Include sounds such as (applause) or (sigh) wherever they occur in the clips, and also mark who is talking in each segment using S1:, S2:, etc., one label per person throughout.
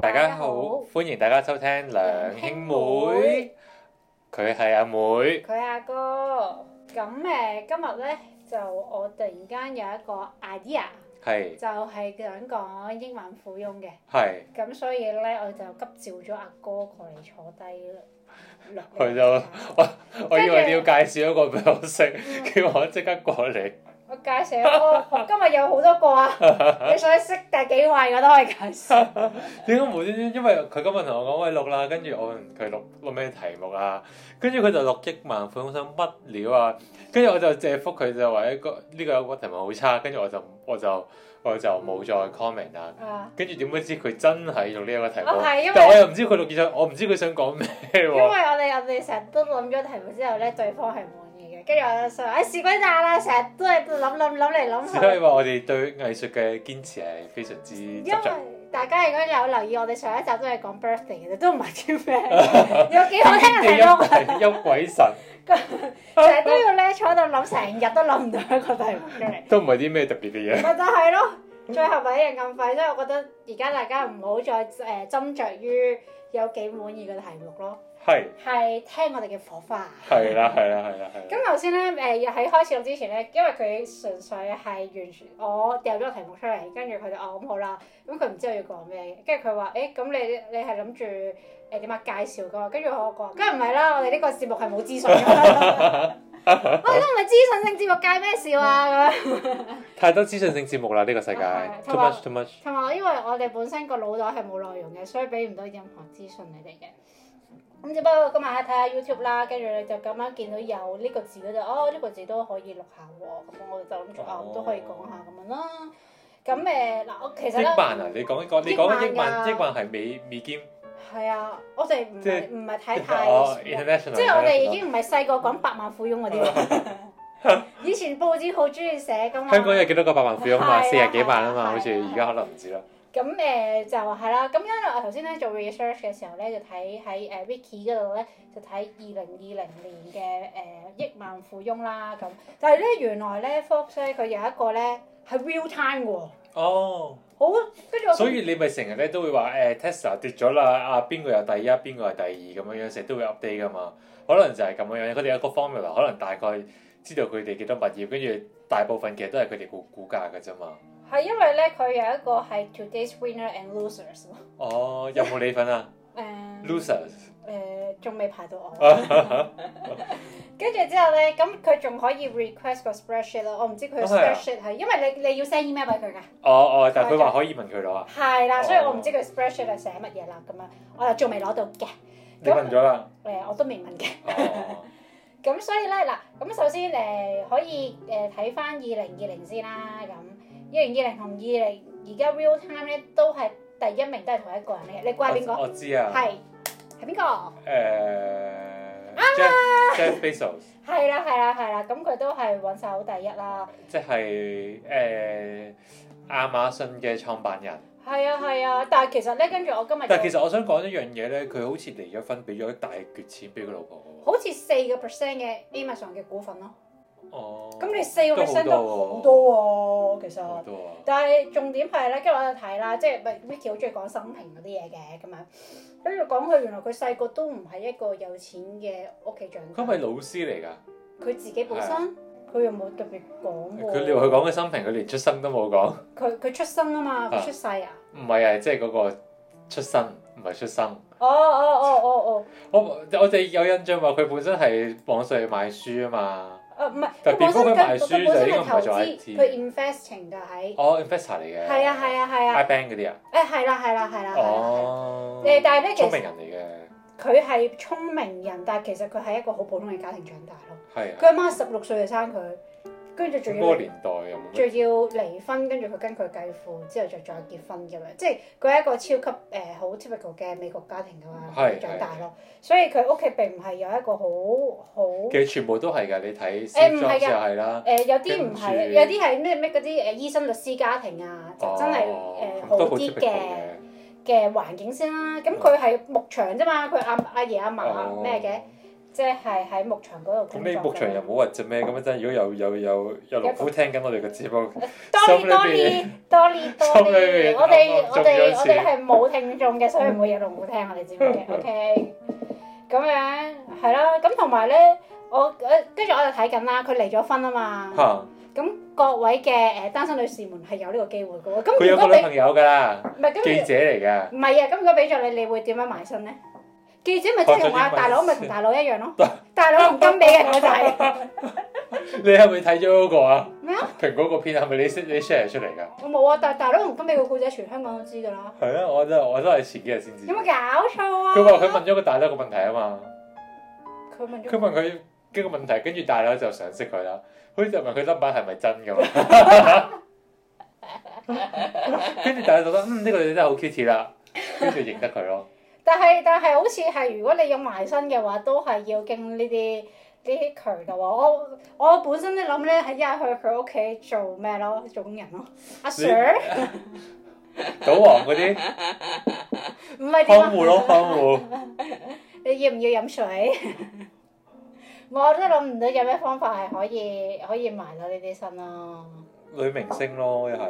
S1: 大家好，歡迎大家收聽兩兄妹，佢係阿妹，
S2: 佢阿哥。咁誒，今日咧就我突然間有一個 idea，
S1: 係
S2: 就係想講英文附庸嘅。
S1: 係，
S2: 咁所以咧，我就急召咗阿哥過嚟坐低啦。
S1: 佢就我以為你要介紹一個俾我識，叫我即刻過嚟，
S2: 我介紹，哦，今日有好多個啊！你想識第幾位我都可以介紹。
S1: 點解無端端？因為佢今日同我講喂錄啦，跟住我問佢錄錄咩題目啊，跟住佢就錄億萬富翁想乜料啊，跟住我就借覆佢就話一個呢個有個題目好差，跟住我就我就我就冇再 comment 啦。
S2: 啊，
S1: 跟住點會知佢真係用呢一個題目？
S2: 哦係因為
S1: 但我又唔知佢錄咗，我唔知佢想講咩
S2: 因為我
S1: 喎。
S2: 哋我哋成日都諗咗題目之後咧，對方係唔滿意嘅，跟住我就想，誒是鬼彈啦，成日都係諗諗諗嚟諗去
S1: 只。可以話我哋對藝術嘅堅持係非常之
S2: 因
S1: 執
S2: 為
S1: 着。
S2: 大家如果有留意，我哋上一集都係講 birthday 嘅，都唔係啲咩，有幾好聽嘅題目，
S1: 係 (laughs) 陰鬼神， (laughs)
S2: 成日都要咧坐喺度諗，成日都諗唔到一個題目出嚟，
S1: 都唔係啲咩特別嘅嘢。
S2: 咪就係咯。最後咪一樣咁快，所以我覺得而家大家唔好再誒、呃、斟酌於有幾滿意嘅題目咯，
S1: 係
S2: 係聽我哋嘅火花。
S1: 係
S2: (laughs)
S1: 啦係啦係啦係啦。
S2: 咁頭先咧誒喺開始錄之前咧，因為佢純粹係完全我掉咗個題目出嚟，跟住佢就哦咁好啦，咁佢唔知我要講咩嘅，跟住佢話誒咁你你係諗住誒點啊介紹噶，跟住我講，梗係唔係啦，我哋呢個節目係冇資訊㗎，我哋都唔係資訊性節目，介咩事啊咁樣。
S1: 太多資訊性節目啦，呢個世界
S2: 係
S1: ，too much too much。
S2: 同埋因為我哋本身個腦袋係冇內容嘅，所以俾唔到任何資訊你哋嘅。咁只不過今日睇下 YouTube 啦，跟住你就咁啱見到有呢個字嗰就哦呢、個字都可以錄下喎，咁我就諗住啊
S1: 哦
S2: 都可以講下咁樣啦。咁誒嗱，我其實
S1: 英
S2: 咧
S1: 文啊，你講一講，你講英
S2: 英文㗎
S1: 文，英文係美美兼
S2: 係啊，我哋唔
S1: 即
S2: 係
S1: 係
S2: 唔係睇
S1: (laughs)
S2: 太
S1: 哦 international。
S2: 即係我哋已經唔係細個講百萬富翁嗰啲啦。
S1: (laughs)
S2: 以前報紙好中意寫噶嘛。
S1: 香港有幾多個百萬富翁啊嘛？
S2: 係啊
S1: 四十幾萬啊嘛，
S2: 係啊
S1: 好似
S2: 係啊
S1: 而家可能唔知啦。
S2: 咁誒、呃就係啦，咁因為我頭先咧做 research 嘅時候咧，就睇喺誒 Wiki 嗰度咧，就睇二零二零年嘅誒、呃、億萬富翁啦咁，但係咧原來咧 Fox 咧佢有一個咧係 real time 嘅喎，
S1: 哦。
S2: 好啊跟住我
S1: 所以你咪成日咧都會話誒、Tesla 跌咗啦，啊邊個又第一，邊個係第二咁樣樣，成日都會 update 噶嘛。可能就係咁樣樣，佢哋有個 formula，可能大概知道佢哋幾多物業，跟住大部分其實都係佢哋估估價嘅啫嘛。
S2: 係因為咧佢有一個係 today's winner and losers 咯，
S1: 哦，有冇你份啊
S2: 誒
S1: ？Losers 啊
S2: 誒仲未排到我。跟住之後咧，咁佢仲可以 request 個 spreadsheet 咯，我唔知佢
S1: 哦係啊
S2: spreadsheet 係因為你你要 send email 俾佢㗎。
S1: 哦哦，但係佢話可以問佢攞啊，
S2: 係啦，
S1: 哦
S2: 所以我唔知佢 spreadsheet 係寫乜嘢啦，咁樣我就仲未攞到嘅，
S1: (laughs)
S2: 誒、
S1: 你問咗
S2: (laughs)
S1: 啦。
S2: 我都未問嘅。
S1: 哦，
S2: 咁所以咧嗱，咁首先誒、可以誒睇翻二零二零先啦，咁二零二零同二零而家 real time 咧都係第一名都係同一個人嚟嘅，你估係邊
S1: 我
S2: 個？
S1: 我知啊。
S2: 係係邊個？
S1: 誒、Jeff Jeff Bezos
S2: 係啦係啦係啦，咁佢都係揾手第一啦。
S1: 即係誒、亞馬遜嘅創辦人。
S2: 係啊係啊，但係其實咧，跟住我今日
S1: 但係
S2: 就
S1: 其實我想講一樣嘢咧，佢好似離咗婚，俾咗一大橛錢俾佢老婆喎。
S2: 好似四個 percent 嘅 Amazon 嘅股份咯，
S1: 哦，
S2: 咁你四個 percent 都好
S1: 好喎，
S2: 多喎、其實
S1: 好。多啊！
S2: 但係重點係咧，跟住我就睇啦，即係咪 Vicky 好中意講生平嗰啲嘢嘅咁樣，跟住講佢原來佢細個都唔係一個有錢嘅屋企長
S1: 佢
S2: 大，
S1: 係咪老師嚟㗎？
S2: 佢自己本身佢又冇特別講
S1: 佢你話佢
S2: 喎，
S1: 講嘅生平，佢連出生都冇講。
S2: 佢佢出生啊嘛，
S1: 啊
S2: 佢出世啊，
S1: 唔係啊，即係嗰個出生，唔係出生。
S2: 哦哦哦哦
S1: 我我哋有印象話佢本身係網上買書啊嘛。
S2: 哦，啊唔係
S1: 但
S2: 佢本身
S1: 蝙蝠佢賣
S2: 佢
S1: 書
S2: 佢本身
S1: 就應該
S2: 係
S1: 唔
S2: 投
S1: 係做
S2: 資，
S1: IT
S2: 佢 investing 㗎喺，
S1: 哦，investor 嚟嘅。
S2: 係啊係啊係啊，
S1: iBank 嗰啲啊。
S2: 誒係啦係啦係啦係啦，
S1: 哦。
S2: 誒但係咧其
S1: 聰
S2: 實
S1: 明人
S2: 佢係聰明人，但係其實佢係一個好普通嘅家庭長大咯。
S1: 嚟嘅，係
S2: 佢
S1: 啊。
S2: 阿媽十六歲就生佢，跟住仲
S1: 嗰個
S2: 要
S1: 年代有冇
S2: 仲
S1: 咩？
S2: 要離婚，跟住佢跟佢繼父之後就再結婚咁樣，即係佢係一個超級誒好 typical 嘅美國家庭咁
S1: 係
S2: 樣長大咯，所以佢屋企並唔係有一個好好
S1: 其實全部都係㗎，你睇
S2: 誒
S1: Steve
S2: 唔係㗎
S1: Jobs 又係啦。
S2: 誒有啲唔
S1: 跟
S2: 係，
S1: 住
S2: 有啲係咩咩嗰啲誒醫生律師家庭啊，就真係
S1: 哦
S2: 誒好啲嘅嘅環境先啦。咁佢係牧場啫嘛，佢阿阿爺阿嫲咩嘅。即係喺牧場嗰度
S1: 哦咁
S2: 工
S1: 你
S2: 作
S1: 牧場又
S2: 嘅。
S1: 冇核啫咩？咁樣真係如果有有有有農夫聽緊我哋嘅節目，
S2: 多
S1: 心
S2: 啲
S1: 裏
S2: 多
S1: 邊
S2: 啲多啲
S1: 心
S2: 多
S1: 裏邊
S2: 啲，我哋
S1: 啱啱
S2: 我
S1: 中咗
S2: 哋我
S1: 箭
S2: 哋係冇聽眾嘅，所以唔會有龍虎聽我哋節目嘅。OK，咁樣係啦，咁同埋咧，我誒跟住我就睇緊啦，佢離咗婚啊嘛。
S1: 嚇
S2: 咁各位嘅誒單身女士們係有呢個機會嘅喎。
S1: 佢
S2: 咁
S1: 有
S2: 如
S1: 個
S2: 果
S1: 女
S2: 俾
S1: 朋友㗎啦，
S2: 唔係咁
S1: 記
S2: 你
S1: 者嚟㗎。
S2: 唔係啊，咁如果俾咗你，你會點樣埋身咧？記者咪即係話
S1: 學咗英文
S2: 大佬咪同大佬一樣咯，大佬同金比嘅我就係
S1: 你係咪睇咗嗰個啊？
S2: 咩啊？
S1: 蘋果個片係咪你你 share 出嚟㗎？
S2: 我冇啊，但係大佬同金比嘅故仔全香港都知㗎啦，
S1: 係啊，我真係我都係前幾日先知。
S2: 有冇搞錯啊？
S1: 佢話佢問咗個大佬個問題啊嘛，
S2: 佢問咗
S1: 佢問佢幾個問題，跟住大佬就賞識佢啦。好似就問佢 number 係咪真㗎嘛？
S2: (laughs)
S1: 跟住大佬就覺得嗯呢個女仔真係好 cute 啦，跟住認得佢咯。
S2: 但係但係好似係如果你要埋身嘅話，都係要經呢啲呢啲渠道啊！我我本身都諗咧係一係去佢屋企做咩咯，做工人咯，阿 Sir
S1: 賭王嗰啲
S2: 唔 (laughs) 係點
S1: 看護咯，看
S2: 啊？
S1: 護。
S2: 你要唔要飲水？ (laughs) 我都諗唔到有咩方法係可以可以埋到呢啲身咯，
S1: 女明星咯，又係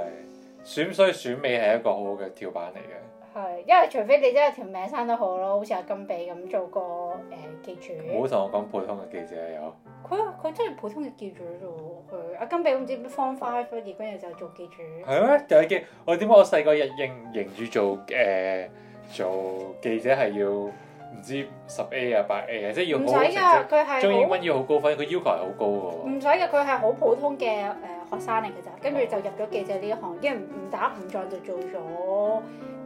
S1: 選衰選美係一個好好嘅跳板嚟嘅，
S2: 係因為除非你真係條命生得好咯，好似阿金比咁做個誒、呃、記者，
S1: 唔好同我講普通嘅記者有。
S2: 佢佢真係普通嘅記者啫喎，佢阿金比唔知 form five 而跟住就做記者。
S1: 係咩？就係記我點解我細個日認認住做誒、呃做記者係要唔知十 A 啊八 A 啊，即係要
S2: 唔
S1: 好
S2: 使
S1: 好成績
S2: 㗎，。佢
S1: 中英
S2: 係好
S1: 文要好高分，佢要求係好高
S2: 唔
S1: 嘅
S2: 使嘅，佢係好普通嘅誒、呃、學生嚟嘅咋，跟住就入咗記者呢一行，跟住唔打唔撞就做咗誒，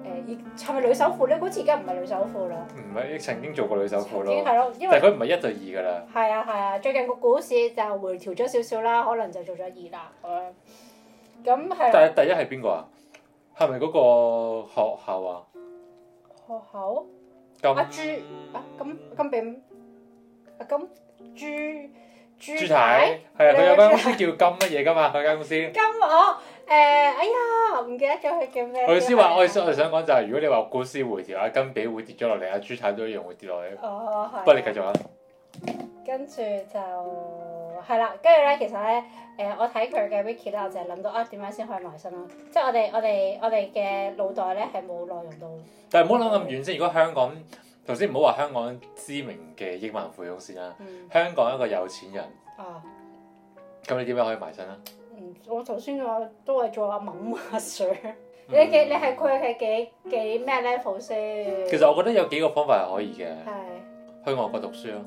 S2: 而係咪女首富咧？好似而家唔係女首富啦，
S1: 喎。唔係曾經做過女首富
S2: 曾經
S1: 咯，
S2: 係咯，因
S1: 但係
S2: 為
S1: 佢唔係一對二㗎啦。
S2: 係啊係啊，最近個股市就回調咗少少啦，可能就做咗二啦咁樣。咁係啦
S1: 但係第一係邊個啊？係咪嗰個學校啊？
S2: 學口
S1: 金
S2: 阿朱啊，咁咁俾啊咁朱
S1: 朱
S2: 朱太。
S1: 太係啊，佢有
S2: 你有冇
S1: 間公司叫金乜嘢㗎嘛？佢間公司。
S2: 咁我誒、哎呀，唔記得咗佢叫咩？
S1: 我意思話，我意思我想講就係，如果你話股市回調，阿金比會跌咗落嚟，阿豬太都一樣會跌落嚟。
S2: 哦，係。
S1: 不過你繼續啊，
S2: 跟住就係啦，跟住咧，其實咧，誒、我睇佢嘅 wiki 咧，我就係諗到啊，點樣先可以埋身咯？即係我哋我哋我哋嘅腦袋咧係冇內容到，
S1: 但係唔好諗咁遠先。如果香港頭先唔好話香港知名嘅億萬富翁先啦，
S2: 嗯
S1: 香港一個有錢人，
S2: 啊，
S1: 咁你點樣可以埋身啊？
S2: 嗯，我頭先我都係做阿猛阿 (laughs) Sir，你嘅你係佢係幾幾咩 level 先？
S1: 其實我覺得有幾個方法係可以嘅，
S2: 係。
S1: 去外國讀書咯。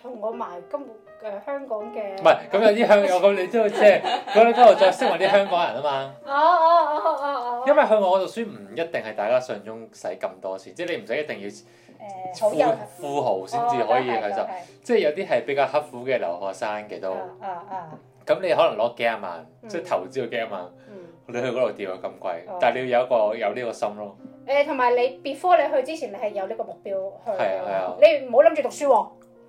S2: 同我埋今誒香港嘅
S1: 唔係咁有啲香港咁，你都即係咁你嗰度再識埋啲香港人啊嘛。
S2: 哦哦哦哦哦哦，
S1: 因為去外國讀書唔一定係大家想中使咁多錢，即係你唔使一定要
S2: 誒好
S1: 富
S2: 有哦
S1: 富豪先
S2: Ờ,
S1: 至可以享受。即係有啲係比較刻苦嘅留學生嘅都。
S2: 啊啊，
S1: 咁你可能攞幾廿萬，
S2: 嗯
S1: 即係投資咗幾廿萬，
S2: 嗯，
S1: 你去嗰度掉咁貴，
S2: 哦
S1: 但係你要有一個有呢個心咯。
S2: 誒同埋你 before 你去之前，你係有呢個目標去，
S1: 係啊係啊
S2: 你唔好諗住讀書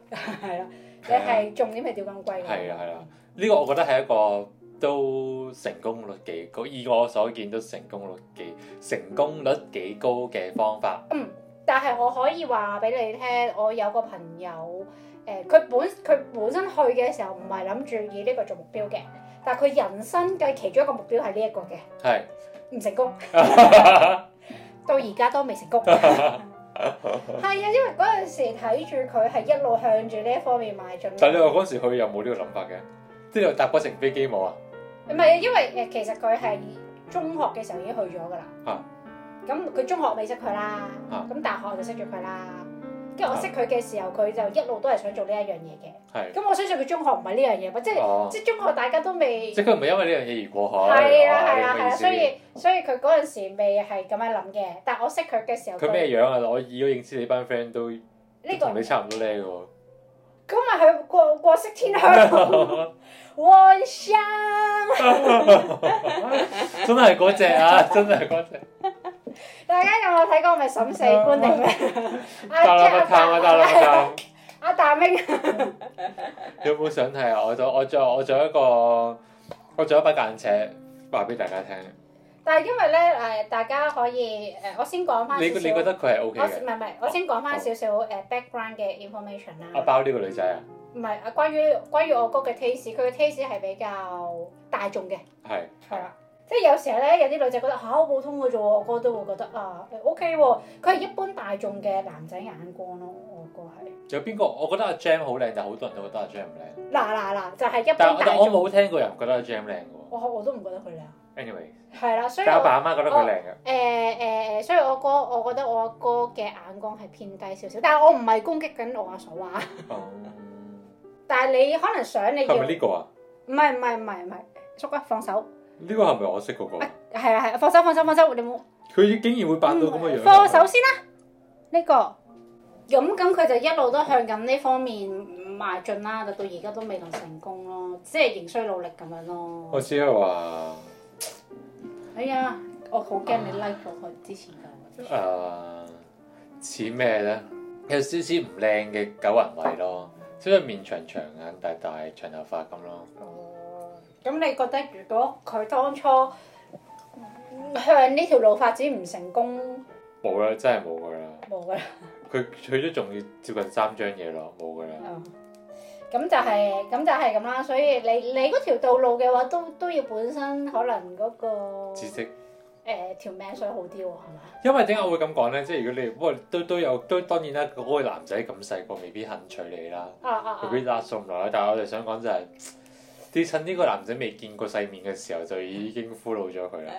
S1: (laughs)
S2: 喎，係啦，你係重點係吊咁貴嘅，
S1: 係啊係啊，呢個我覺得係一個都成功率幾高，以我所見都成功率幾成功率幾高嘅方法。
S2: 但係我可以話俾你聽，我有個朋友，誒、佢本佢本身去嘅時候唔係諗住以呢個做目標嘅，但係佢人生嘅其中一個目標係呢一個嘅，
S1: 係，
S2: 唔
S1: (laughs)
S2: 成功，到而家都未成功。係啊，因為嗰陣時睇住佢係一路向住呢一方面邁進。
S1: 但係你話嗰時去有冇呢個諗法嘅？即係你話搭嗰程飛機冇啊？
S2: 唔係，因為誒其實佢係中學嘅時候已經去咗㗎啦
S1: 啊。
S2: 咁佢中學未識佢啦，
S1: 啊
S2: 咁大學就識咗佢啦。跟住我識佢嘅時候，佢就一路都係想做呢一樣嘢嘅。
S1: 係，
S2: 咁我相信佢中學唔係呢樣嘢吧，即係、
S1: 哦，
S2: 即係中學大家都未
S1: 即係佢唔係因為呢樣嘢而過海。
S2: 係
S1: 哦
S2: 啦係啦
S1: 你
S2: 係
S1: 明
S2: 啦，
S1: 意思
S2: 所以所以佢嗰陣時未係咁樣諗嘅。但我識佢嘅時候，
S1: 佢咩樣啊？我以我認識你班 friend 都
S2: 呢個
S1: 同你差唔多叻嘅喎。
S2: 咁咪係過過色天
S1: 啊
S2: 香，我想
S1: (laughs) 真係嗰只啊！真係嗰只，
S2: 大家有冇睇過咪審死官定
S1: (laughs)
S2: 咩？阿
S1: 大
S2: 阿
S1: 喇不探啊，大喇不探！
S2: 阿大啊明 (laughs)
S1: 有冇想睇啊？我就我仲我仲有一個，我仲有一把間尺，話俾大家聽。
S2: 但係因為咧誒、大家可以誒、我先講翻
S1: 你
S2: 少
S1: 你
S2: 少
S1: 覺，得佢係 O K
S2: 我
S1: 嘅？
S2: 先唔係唔係，我先講翻少少誒 background 嘅 information 啦。
S1: 阿包呢個女仔啊，
S2: 唔係啊，關於關於我哥嘅 taste，佢嘅 taste 係比較大眾嘅，
S1: 係啊
S2: 係啊啦。即係有時候咧，有啲女仔覺得嚇好、普通嘅啫喎，我哥都會覺得啊誒 OK 喎，佢係一般大眾嘅男仔眼光咯，我哥係。
S1: 仲有邊個？我覺得阿 Jam 好靚，但好多人都覺得阿 Jam 唔靚。
S2: 嗱嗱嗱，就係一
S1: 但
S2: 般
S1: 但
S2: 大
S1: 我
S2: 眾。
S1: 冇聽過人覺得阿 Jam 靚嘅
S2: 我我都唔覺得佢靚，
S1: 喎。anyway，
S2: 係啦，所以
S1: 但阿爸
S2: 我
S1: 阿媽覺得佢靚嘅。
S2: 誒誒誒，所以我哥，我覺得我阿哥嘅眼光係偏低少少，但係我唔係攻擊緊我阿嫂啊，
S1: 哦，
S2: 但係你可能想你要，
S1: 係咪
S2: 唔
S1: 呢個啊？
S2: 係唔係唔係唔係，叔啊放手，
S1: 呢個係咪我識嗰個啊？
S2: 係啊係啊，放手放手放手，你冇
S1: 佢竟然會扮到咁嘅樣。啊
S2: 放手先啦，呢個。咁咁佢就一路都向緊呢方面邁進啦，到到而家都未能成功咯，即係仍需努力咁樣
S1: 我
S2: 咯。
S1: 只係話
S2: 哎呀，我好驚你 like 咗佢之前嘅。
S1: 誒啊似咩咧？有少少唔靚嘅九人位咯，少少面長長眼大大長頭髮咁咯。
S2: Ờ, 哦，咁你覺得如果佢當初向呢條路發展唔成功，
S1: 冇啦，真係冇噶啦。
S2: 冇噶啦，
S1: 佢佢都仲要接近三張嘢咯，冇噶啦。
S2: 嗯咁就係、咁就係咁啦。所以你你嗰條道路嘅話，都都要本身可能嗰、個
S1: 知識，
S2: 誒條命水好啲喎，係嘛？
S1: 因為點解我會咁講咧？即係如果你不過都都有都當然啦，嗰、個男仔咁細個未必肯娶你啦，
S2: 啊啊啊
S1: 未！必拉送來啦。但係我哋想講就係、你趁呢個男仔未見過世面嘅時候，就已經俘虜咗佢
S2: (laughs)
S1: 啦。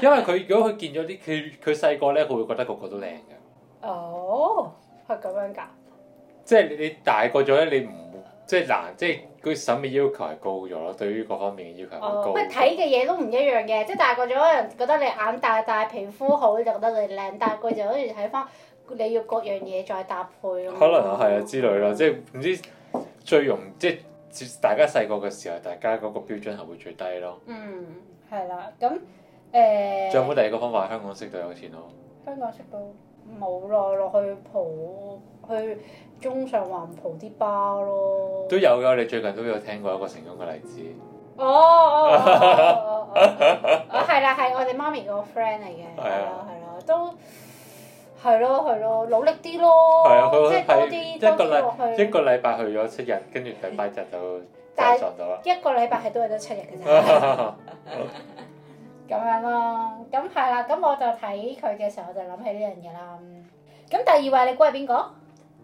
S1: 因為佢如果佢見咗啲佢佢細個咧，佢會覺得個個都靚嘅。
S2: 哦，係咁樣㗎。
S1: 即係你你大個咗咧，你唔即係難，即係佢審美要求係高咗咯。對於各方面嘅要求係
S2: 哦，
S1: 高。
S2: 不過睇嘅嘢都唔一樣嘅，即係大個咗，可能覺得你眼大大、皮膚好，就覺得你靚，但係佢就好似睇翻你要各樣嘢再搭配咁樣。
S1: 可能係啊之類啦，即係唔知最容即係接大家細個嘅時候，大家嗰個標準係會最低咯。
S2: 嗯，係啦，咁
S1: 仲有
S2: 誒，
S1: 冇第二個方法香港識到有錢佬？
S2: 香港食到冇耐落去蒲，去中上環蒲啲巴咯。
S1: 都有嘅，我哋最近都有聽過一個成功嘅例子。
S2: 哦哦哦哦哦哦，哦係啦，係我哋媽咪個 friend 嚟嘅，
S1: 啊
S2: 係啦係啦，都係咯係咯，努力啲咯，
S1: 係啊，
S2: 即
S1: 佢
S2: 係多
S1: 係
S2: 啲
S1: 一
S2: 多
S1: 個
S2: 啲
S1: 禮
S2: 落去
S1: 一。個禮拜去咗七日，跟住禮拜日就就
S2: 但係
S1: 撞到啦。
S2: 一個禮拜係都係得七日嘅
S1: 啊
S2: 啫，
S1: 係
S2: 咁樣咯。咁係啦，咁我就睇佢嘅時候，我就諗起呢樣嘢啦。咁第二位你估係邊個？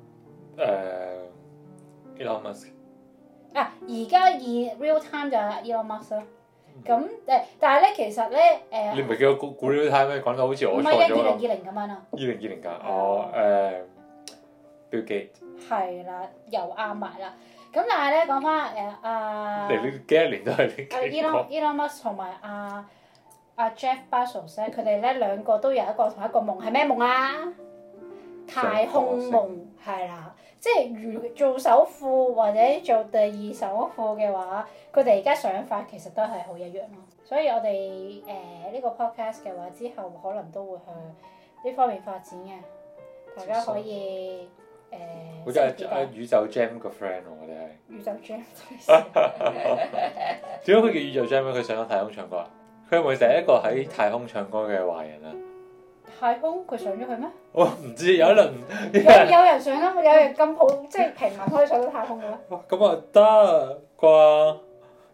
S1: (laughs) 誒，Elon Musk
S2: 啊，而家以 real time 就係 Elon Musk 啦。咁誒，但係咧，其實咧，
S1: 你唔
S2: 誒
S1: 係叫我估估 real time 咩？講到好似
S2: 唔
S1: 我
S2: 係啊，
S1: 錯
S2: 二
S1: 咗
S2: 零
S1: 咁。
S2: 二零咁樣啊，
S1: 二零二零㗎，哦誒，Bill Gates。
S2: 係啦，又啱埋啦。咁但係咧，講翻誒啊，
S1: 嚟呢幾一年都係
S2: 啊
S1: 呢幾
S2: Elon
S1: 個。
S2: Elon Musk 同埋阿阿 Jeff Bezos 咧，佢哋咧兩個都有一個同一個夢，係咩夢啊？太空夢係啦，即係如做首富或者做第二首富嘅話，佢哋而家想法其實都係好一樣咯。所以我哋誒呢個 podcast 嘅話，之後可能都會向呢方面發展嘅，大家可以呃誒。
S1: 好似
S2: 識
S1: 係
S2: 啲
S1: 阿
S2: 啊
S1: 宇宙 Jam 個 friend 喎，我哋係。
S2: 宇宙 Jeff，
S1: 啊點解佢叫宇宙 Jam 咧？佢上咗太空唱歌啊！佢係咪第一個喺太空唱歌嘅華人啊？
S2: 太空佢上咗去咩？
S1: 我唔知有一輪，
S2: (laughs) 有有人上啦，有人咁好，即係平民可以上到太空嘅咩？
S1: 哇咁啊得啩？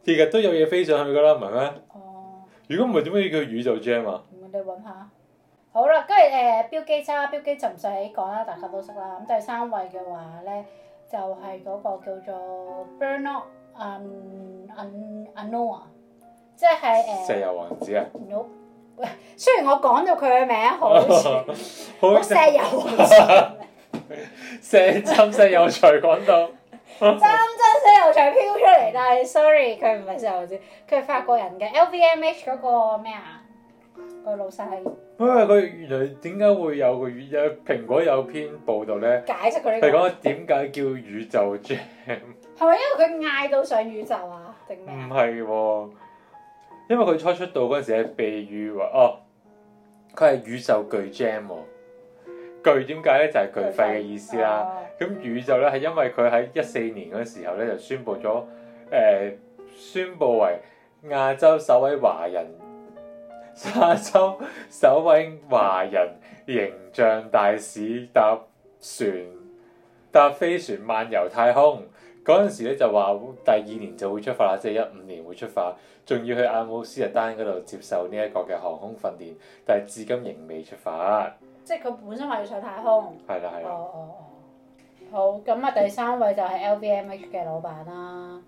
S1: 日日都有嘢飛上去㗎啦，唔係咩？
S2: 哦，
S1: 如果唔係點解叫宇宙 Jam 啊？
S2: 咁你揾下。好啦，跟住呃誒標機啦，標啊機就唔使講啦，大家都識啦。咁第三位嘅話咧，就係、嗰個叫做 Bernard An An Anoa，即係
S1: 石
S2: 誒
S1: 油王子啊！
S2: no。喂， (laughs) 雖然我講到佢嘅名好 (laughs) 似好
S1: 好
S2: 石油 (laughs) 啊王子，
S1: 石浸石油才講到，
S2: 真真石油才飄出嚟，但係 sorry 佢唔係石油王子，佢係法國人嘅 LVMH 嗰個咩啊？個老細
S1: 因為哦佢原來點解會有個宇有蘋果有篇報導咧，
S2: 解釋佢呢
S1: 係啊
S2: 個。
S1: 講點解叫宇宙 Jam。
S2: 係咪因為佢嗌到上宇宙啊？定咩
S1: 唔
S2: 啊？
S1: 係喎，因為佢初出道嗰陣時係被譽為哦，佢係宇宙巨 Gem 喎。巨點解咧？就係巨嗯肺嘅意思啦。
S2: 哦。
S1: 咁宇宙咧係因為佢喺一四年嗰時候咧就宣布咗誒、呃宣布為亞洲首位華人沙洲首位華人形象大使搭船搭飛船漫遊太空。嗰陣時咧就話第二年就會出發啦，即係一五年會出發，仲要去阿姆斯特丹嗰度接受呢一個嘅航空訓練，但係至今仍未出發。
S2: 即係佢本身話要上太空。
S1: 係啦係啊
S2: 哦
S1: 啦，
S2: 哦哦，好，咁啊第三位就係 LVMH 嘅老闆啦。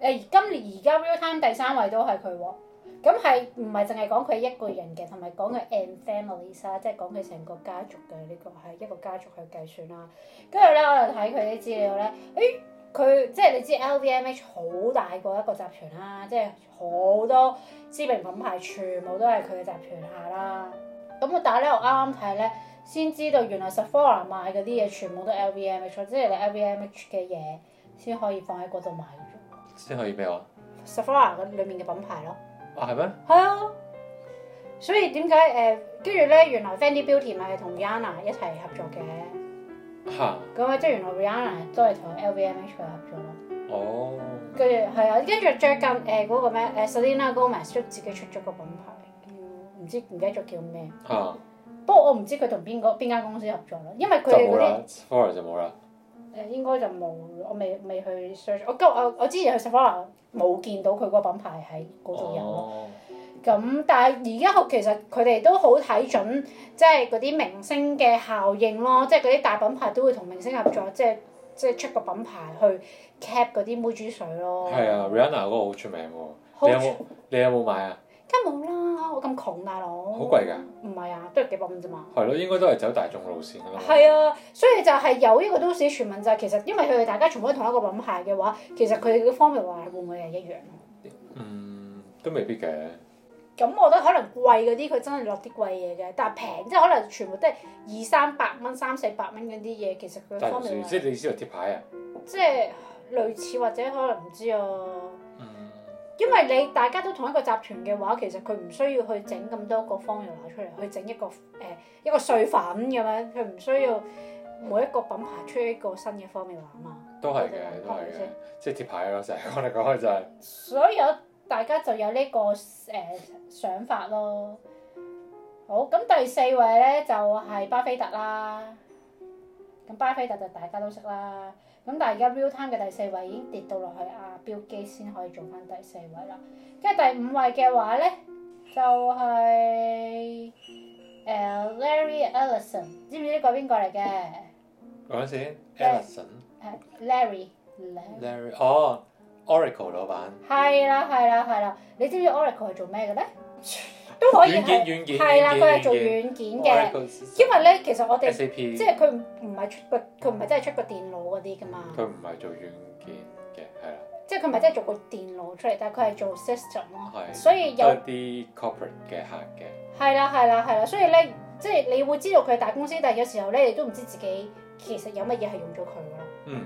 S2: 誒、今年而家 Real Time 第三位都係佢喎。咁係唔係淨係講佢一個人嘅，同埋講佢 and families 啊啦，即係講佢成個家族嘅呢、個係一個家族去計算啦。跟住咧，我又睇佢啲資料咧，誒佢即係你知 LVMH 好大個一個集團啦，即係好多知名品牌全部都係佢嘅集團下啦。咁我但係咧，我啱啱睇咧。先知道原來 Sephora 賣嗰啲嘢全部都 LVMH，即係你 LVMH 嘅嘢先可以放喺嗰度買嘅
S1: 先可以咩話？
S2: 啫。Sephora 嗰裏面嘅品牌咯，
S1: 啊係咩？
S2: 係啊。所以點解誒？跟住咧，原來 Fendi Beauty 咪係同 Rihanna 一齊合作嘅，
S1: 嚇、
S2: 咁啊，即係原來 Rihanna 都係同 LVMH 去合作咯。
S1: 哦，
S2: 跟住係啊，跟住最近誒嗰、個咩誒 Selena Gomez 都自己出咗個品牌，叫唔知唔記得咗叫咩。
S1: 嚇、
S2: 不過我唔知佢同邊個邊間公司合作啦，因為佢
S1: 就
S2: 哋
S1: 冇
S2: 嗰啲
S1: 啦 f o r e 就冇啦。
S2: 誒應該就冇，我未未去 search。我今我我之前去 Sephora 冇見到佢個品牌喺嗰度有咯。
S1: 哦，
S2: 咁、但係而家其實佢哋都好睇準，即係嗰啲明星嘅效應咯，即係嗰啲大品牌都會同明星合作，即係即係出個品牌去 cap 嗰啲妹豬水咯。
S1: 係啊，Rihanna 嗰個好出名喎。
S2: 好
S1: 你有冇你有冇買啊？
S2: 梗冇啦，我咁窮大佬。
S1: 好
S2: 好
S1: 貴㗎。
S2: 唔係啊，都係幾百蚊啫嘛。
S1: 係咯，應該都係走大眾路線㗎啦。
S2: 係啊，所以就係有呢個都市傳聞就係、其實因為佢哋大家全部都同一個品牌嘅話，其實佢哋嘅方面話會唔會係一樣？
S1: 嗯，都未必嘅。
S2: 咁我覺得可能貴嗰啲佢真係落啲貴嘢嘅，但係平即係可能全部都係二三百蚊、三四百蚊嗰啲嘢，其實佢嘅
S1: 大
S2: 方
S1: 眾
S2: 面
S1: 即係你知道貼牌啊？
S2: 即係類似或者可能唔知啊。
S1: 嗯，
S2: 因為你大家都同一個集團嘅話，其實佢唔需要去整咁多個 formula 出嚟，去整一個誒、呃一個碎粉咁樣，佢唔需要每一個品牌出一個新嘅 formula 啊嘛。
S1: 都係嘅，都係嘅，即係貼牌咯，成日我哋講嘅就係。
S2: 所以有大家就有呢、個誒、呃想法咯。好，咁第四位咧就係、巴菲特啦。咁巴菲特就大家都識啦。咁但係而家 Real Time 嘅第四位已經跌到落去阿標基先可以做翻第四位啦。跟住第五位嘅話咧就係、呃 Larry Ellison，知唔知呢個邊個嚟嘅？
S1: 講先 e l l i
S2: Larry
S1: s o n
S2: 係 Larry。
S1: Larry，哦，Oracle 老闆，
S2: 係啦係啦係啦，你知唔知 Oracle 係做咩
S1: (laughs)
S2: 嘅咧？都可以
S1: 軟件
S2: 係
S1: 軟件，
S2: 係啦，
S1: 軟
S2: 佢
S1: 件
S2: 係做
S1: 軟
S2: 軟
S1: 件
S2: 件嘅，
S1: Oracle
S2: 因為咧其實我哋
S1: SAP，
S2: 即係佢唔唔係出個佢唔係真係出個電腦嗰啲噶嘛，
S1: 佢唔係做軟件嘅，係啦，
S2: 即係佢唔係真係做個電腦出嚟，但係佢係做 system 咯，
S1: 係
S2: 所以
S1: 都
S2: 有
S1: 係啲 corporate 嘅客嘅，
S2: 係啦係啦係啦，所以咧即係你會知道佢係大公司，但係有時候咧你都唔知自己其實有乜嘢係用咗佢噶咯。
S1: 嗯，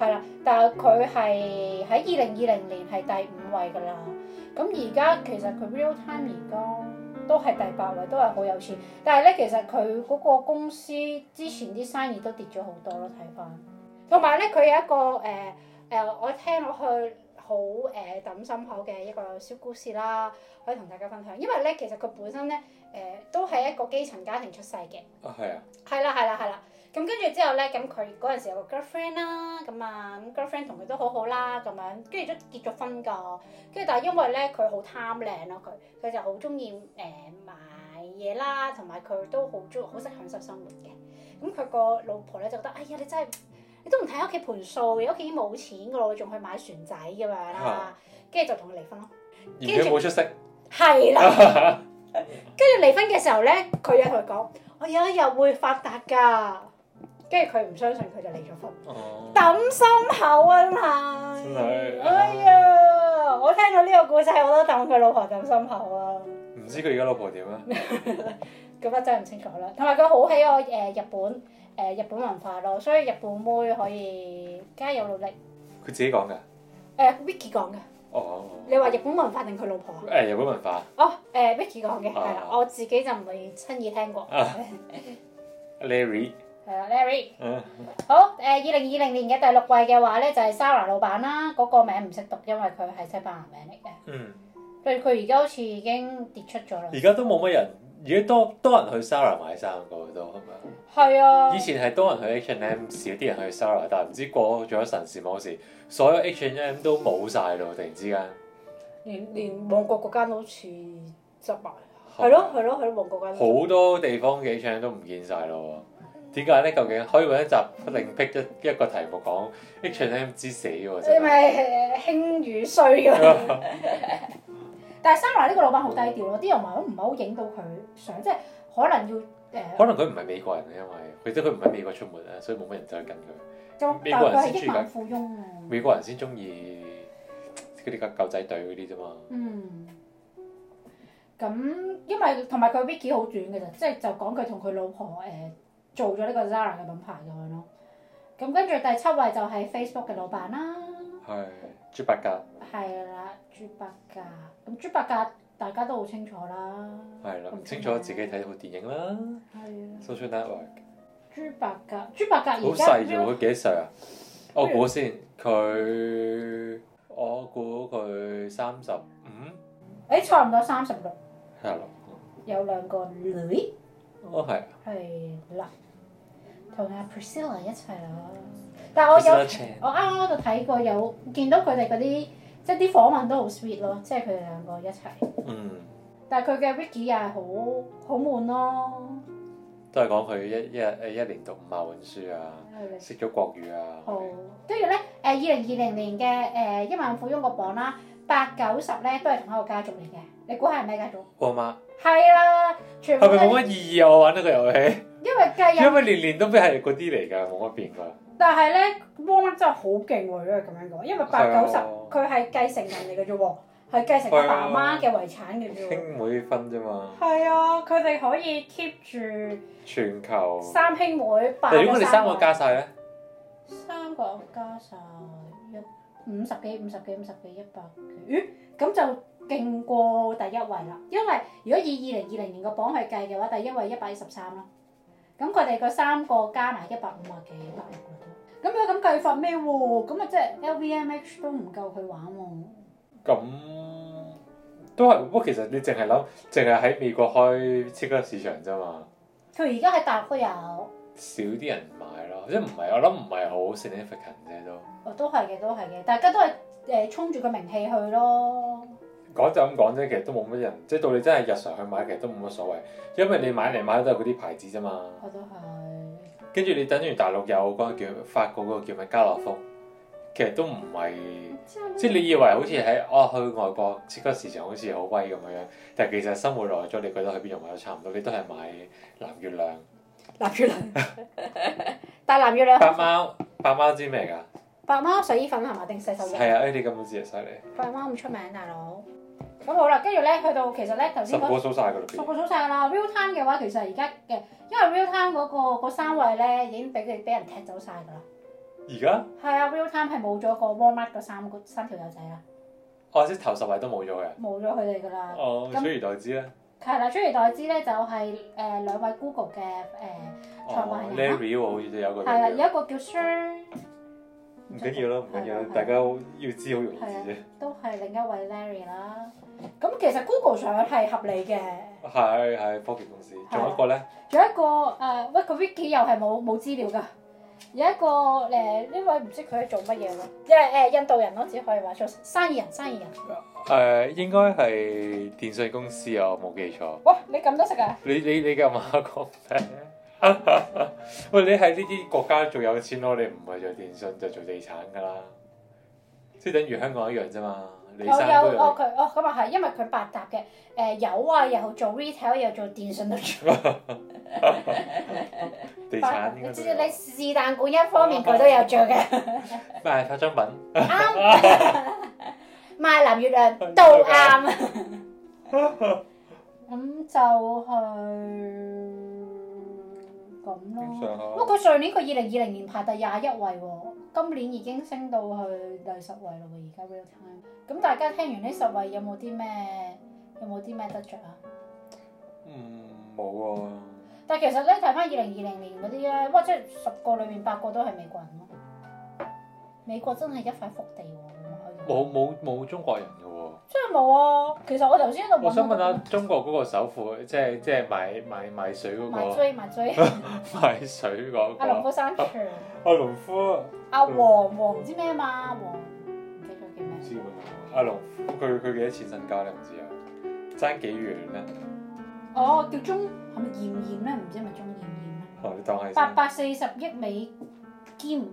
S2: 係啦，但係佢係喺二零二零年係第五位㗎啦。咁而家其實佢 real time 而家都係第八位，都係好有錢。但係咧，其實佢嗰個公司之前啲生意都跌咗好多咯，睇翻。同埋咧，佢有一個誒誒、呃呃我聽落去好誒抌心口嘅一個小故事啦，可以同大家分享。因為咧，其實佢本身咧誒、呃都係一個基層家庭出世嘅。
S1: 啊係啊，
S2: 係啦，係啦，係啦。咁跟住之後咧，咁佢嗰陣時有個 girlfriend 啦，咁啊，咁 girlfriend 同佢都好好啦，咁樣，跟住都結咗婚㗎。跟住但係因為咧，佢好貪靚咯，佢佢就好中意誒買嘢啦，同埋佢都好中好識享受生活嘅。咁佢個老婆咧就覺得，哎呀，你真係你都唔睇屋企盤數，你屋企已經冇錢㗎咯，仲去買船仔咁樣啦。跟住就同佢離婚咯。
S1: 而且冇
S2: (laughs)
S1: 出息， (laughs)
S2: 係啦。跟住離婚嘅時候咧，佢有同佢講：我有一日會發達㗎。跟住佢唔相信，佢就離咗婚，
S1: 哦，
S2: 抌心口啊！真
S1: 真
S2: 係，
S1: 係
S2: 哎呀！我聽到呢個故仔，我都抌佢老婆抌心口啊！
S1: 唔知佢而家老婆點啊？
S2: 咁啊真係唔清楚啦。同埋佢好喜愛誒、呃日本誒、呃日本文化咯，所以日本妹可以加油努力。誒、
S1: 佢自己講㗎，
S2: 呃 Vicky 講嘅，
S1: 哦，
S2: 你話日本文化定佢老婆啊？
S1: 誒日本文化， (laughs)
S2: 哦，誒、Vicky 講嘅，係啦
S1: 啊，
S2: 我自己就唔會親耳聽過。
S1: 啊 Larry，
S2: 係啦，Larry。
S1: 嗯，
S2: 好，誒二零二零年嘅第六位嘅話咧，就係 Sarah 老闆啦，嗰、個名唔識讀，因為佢係西班牙名嚟嘅。
S1: 嗯，
S2: 佢佢而家好似已經跌出咗啦。
S1: 而家都冇乜人，而家多多人去 Zara 買衫個都係咪？
S2: 係啊，
S1: 以前係多人去 H&M，少啲人去 Zara，但係唔知過咗神時冇時，所有 H&M 都冇晒咯，突然之間。
S2: 連連旺角嗰間都好似執埋。係咯係咯係咯，旺角間都執埋。
S1: 好多地方嘅 H&M 都唔見晒咯喎。點解咧？究竟可以揾一集另辟一一個題目講 H&M 之死喎？真
S2: 你
S1: 係
S2: 咪誒興與衰㗎。 (laughs) 但係 Sarah 呢個老闆好低調咯，啲人唔係好唔係好影到佢相，即係可能要誒。
S1: 可能佢唔係美國人啊，因為佢即係佢唔喺美國出沒啊，所以冇乜人走去跟佢。
S2: 就
S1: 美
S2: 但
S1: 國
S2: 係
S1: 人先
S2: 佢係
S1: 住
S2: 億
S1: 㗎
S2: 萬富翁啊。
S1: 美國人先中意嗰啲狗仔隊嗰啲啫嘛。
S2: 嗯，咁因為同埋佢 wiki 好短嘅啫，即係就講佢同佢老婆誒、做咗呢個 Zara 嘅品牌咁樣咯。咁跟住第七位就係 Facebook 嘅老闆啦，
S1: 係豬八戒
S2: 係啦，豬八戒。咁豬八戒大家都好清楚啦，
S1: 係啦，唔清楚自己睇套電影啦
S2: 係啊，
S1: ，social network
S2: 豬八戒，豬八戒
S1: 好
S2: 而家
S1: 細啫喎，佢幾多歲啊？我估先，佢我估佢三十五
S2: 誒差唔多三十六，
S1: 係啦，
S2: 有兩個女，
S1: 哦係。
S2: 係啦，同阿 Priscilla 一齊啦。但係哦我有。我啱啱喺度睇過有見到佢哋嗰啲，即係啲訪問都好 sweet 咯，即係佢哋兩個一齊。
S1: 嗯，
S2: 但係佢嘅 Vicky 又係好好悶咯，
S1: 都係講佢一一日誒一年讀五萬本書啊，識咗國語啊，
S2: 好。跟住咧，誒二零二零年嘅誒一萬富翁個榜啦，八九十咧都係同一個家族嚟嘅，你估下係咩家族？
S1: 我媽
S2: 係啦，全部
S1: 係
S2: 都
S1: 咪冇乜意義啊？我玩呢個遊戲，
S2: 因為計
S1: 因
S2: 入，
S1: 為年年都係嗰啲嚟㗎，冇乜變㗎。
S2: 但係咧 Warren 真係好勁喎，如果係咁樣講，因為八九十
S1: 係啊
S2: 佢係繼承人嚟嘅啫喎，係繼承佢爸媽嘅遺產嘅啫喎。
S1: 兄妹分啫嘛，
S2: 係啊，佢哋可以 keep 住。
S1: 全球。
S2: 三兄妹八
S1: 但
S2: 個
S1: 如果你三個
S2: 個
S1: 加晒咧，
S2: 三個加晒一五十幾五十幾五十幾一百幾，咦咁就勁過第一位啦。因為如果以二零二零年個榜去計嘅話，第一位一百一十三咯。咁佢哋個三個加埋一百五啊幾一百六咁樣咁計法咩喎？咁啊即係 LVMH 都唔夠佢玩喎。
S1: 咁都係。不過其實你淨係諗，淨係喺美國開超級市場啫嘛，
S2: 佢而家喺大陸都有，哦
S1: 少啲人買咯，即係唔係我諗唔係好 significant 啫都。
S2: 哦都係嘅都係嘅，大家都係誒衝住個名氣去咯。
S1: 講就咁講啫，其實都冇乜人，即係到你真係日常去買，其實都冇乜所謂，因為你買嚟買去都係嗰啲牌子啫嘛。
S2: 我都係。
S1: 跟住你等於大陸有嗰個叫法國嗰個叫咩家樂福，其實都唔係，即係你以為好似喺哦去外國超級市場好似好威咁樣，但係其實生活耐咗，你覺得去邊度買都差唔多，你都係買藍月
S2: (laughs)
S1: 亮、
S2: 藍月亮，但係藍月亮
S1: 白貓、白貓知咩㗎？
S2: 白貓洗衣粉係咪定洗手
S1: 係
S2: 液？
S1: 啊，誒你咁樣知啊，犀利，
S2: 白貓咁出名，大佬。咁好啦，跟住咧去到其實咧頭
S1: 十
S2: 先
S1: 個
S2: 講
S1: 數晒㗎啦，
S2: 數個數晒啦，real time 嘅話其實而家嘅，因為 real time 嗰、個嗰三位咧已經俾佢俾人踢走晒㗎啦。
S1: 而家
S2: 係啊，real time 係冇咗個 Walmart 嗰三個三條友仔啦，
S1: 我哦知頭十位都冇咗嘅，
S2: 冇咗佢哋㗎啦。
S1: 哦，
S2: 咁
S1: 取而代之咧，
S2: 係啦，取而代之咧就係、誒、兩位 Google 嘅誒創
S1: 哦
S2: 辦人啦，
S1: Larry 喎，好似都有個
S2: 係啦、啊
S1: 名
S2: 有
S1: 叫，
S2: 一個叫 Sir，
S1: 唔緊要啦，唔緊要啦
S2: 係啊，
S1: 大家好要知好容易知啫。
S2: 都係另一位 Larry 啦。咁其實 Google 上係合理嘅，啊
S1: 係係科技公司，仲有一個咧，
S2: 仲有一個誒，喂、個 Vicky 又係冇冇資料㗎。有一個誒呢、位唔知佢喺做乜嘢喎，因為誒印度人咯，只可以話做生意人，生意人。
S1: 誒、
S2: 啊
S1: 應該係電信公司啊，我冇記錯。
S2: 哇！你咁都識啊？
S1: 你你你嘅馬講咩？ (laughs) 喂，你喺呢啲國家做有錢佬，你唔係做電信就做地產㗎啦，即係等於香港一樣啫嘛。
S2: 我
S1: 你
S2: 有
S1: 生都
S2: 哦
S1: 有，
S2: 佢哦咁啊係，因為佢百搭嘅誒、有啊，又做 retail 又做電信都做
S1: 地
S2: 百搭。
S1: 產應
S2: 你
S1: 該
S2: 知啊
S1: 都有。
S2: 你
S1: 哦
S2: 是但管一方面佢都有做嘅，
S1: 賣啊化妝品，
S2: 啱。賣藍月亮都啱。咁就去咁咯。
S1: 上
S2: 不過佢上年佢二零二零年排第廿一位喎，今年已經升到去第十位咯喎，而家 real time。咁大家聽完呢十位有冇啲咩有冇啲咩得着啊？
S1: 嗯，冇喎、
S2: 但係其實咧睇翻二零二零年嗰啲咧，哇！即係十個裡面八個都係美國人咯。美國真係一塊福地喎，咁可以
S1: 冇冇冇中國人嘅喎、
S2: 真係冇啊！其實我頭先喺度
S1: 我
S2: 揾
S1: 想問下中國嗰個首富，即係即係賣賣賣水嗰、
S2: 埋
S1: (laughs) 個
S2: 追埋追，
S1: 賣水嗰、
S2: 阿農
S1: 個
S2: 夫山泉，
S1: 阿農夫啊
S2: 阿黃黃唔知咩嘛，黃唔記得叫咩
S1: 唔，知喎，阿農夫佢佢幾多錢身家你唔知啊？爭幾遠咧？
S2: 哦叫中係咪炎炎咧？唔知係咪中炎炎咧？
S1: 哦，你當係
S2: 八
S1: 先。
S2: 百四十億美金，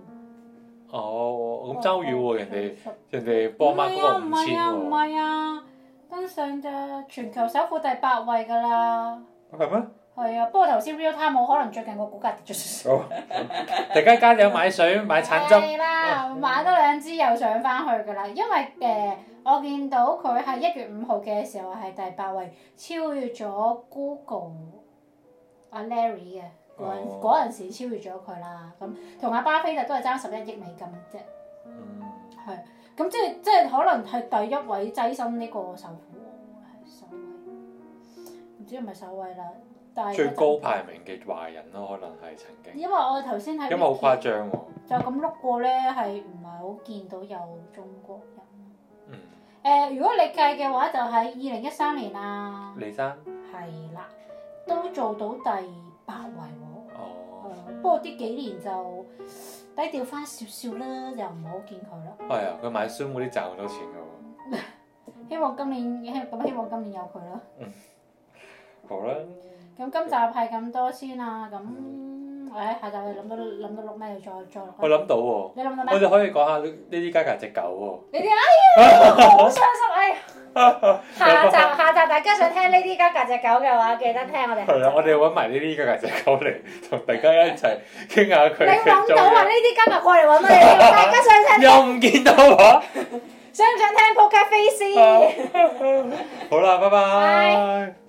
S1: 哦，咁爭好遠喎，人哋
S2: 哋。
S1: 人哋波馬嗰個
S2: 唔
S1: 五
S2: 係
S1: 千
S2: 啊，唔
S1: 喎，
S2: 係啊，登上咗全球首富第八位㗎啦。
S1: 哦係咩？
S2: 係啊，不過頭先 real time 冇可能最近個股價跌咗。
S1: 哦，大家加油買
S2: (laughs)
S1: 水買橙汁，
S2: 係啦，
S1: 哦
S2: 買多兩支又上翻去㗎啦，因為誒、呃我見到佢係一月五號嘅時候係第八位，超越咗 Google 阿 Larry 嘅嗰陣
S1: 哦
S2: 嗰陣時超越咗佢啦，咁同阿巴菲特都係爭十一億美金啫，
S1: 嗯
S2: 係咁即係即係可能係第一位躋身呢個首富，係首位，唔知係咪首位啦，但係
S1: 最高排名嘅華人咯，可能係曾經，
S2: 因為我頭先喺
S1: 因為好
S2: Wiki-
S1: 誇張喎，
S2: 就咁碌過咧，係唔係好見到有中國人？
S1: 嗯，
S2: 誒、呃如果你計嘅話，就喺二零一三年啦，
S1: 李生，
S2: 係啦，都做到第八位喎。
S1: 哦，
S2: 係不過呢幾年就低調翻少少啦，又唔好見佢啦。
S1: 係啊，佢買孫嗰啲賺好多錢㗎喎，
S2: 希望今年希咁希望今年有佢啦。
S1: 好啦，
S2: 咁今集係咁多先啦。咁誒、下集你諗到諗到錄咩就再再錄啦。
S1: 我諗到喎，
S2: 你諗到
S1: 我
S2: 咩？
S1: 哋可以講下呢啲家格只狗
S2: 你哋哎呀，好傷心
S1: (laughs)
S2: 哎呀！下集下集大家想聽呢啲家格隻狗嘅話，記得聽我
S1: 喎，。
S2: 哋
S1: 係啦，啊我哋揾埋呢啲家格只狗嚟同大家一齊傾下佢
S2: 你
S1: 嘅
S2: 揾
S1: 作
S2: 到啊？
S1: 用
S2: 呢，啲今日過嚟揾我哋，大家想聽
S1: 又唔見到啊我，啊
S2: 想唔想聽 Poker Face 先？
S1: (laughs) 好啦，拜拜
S2: 拜。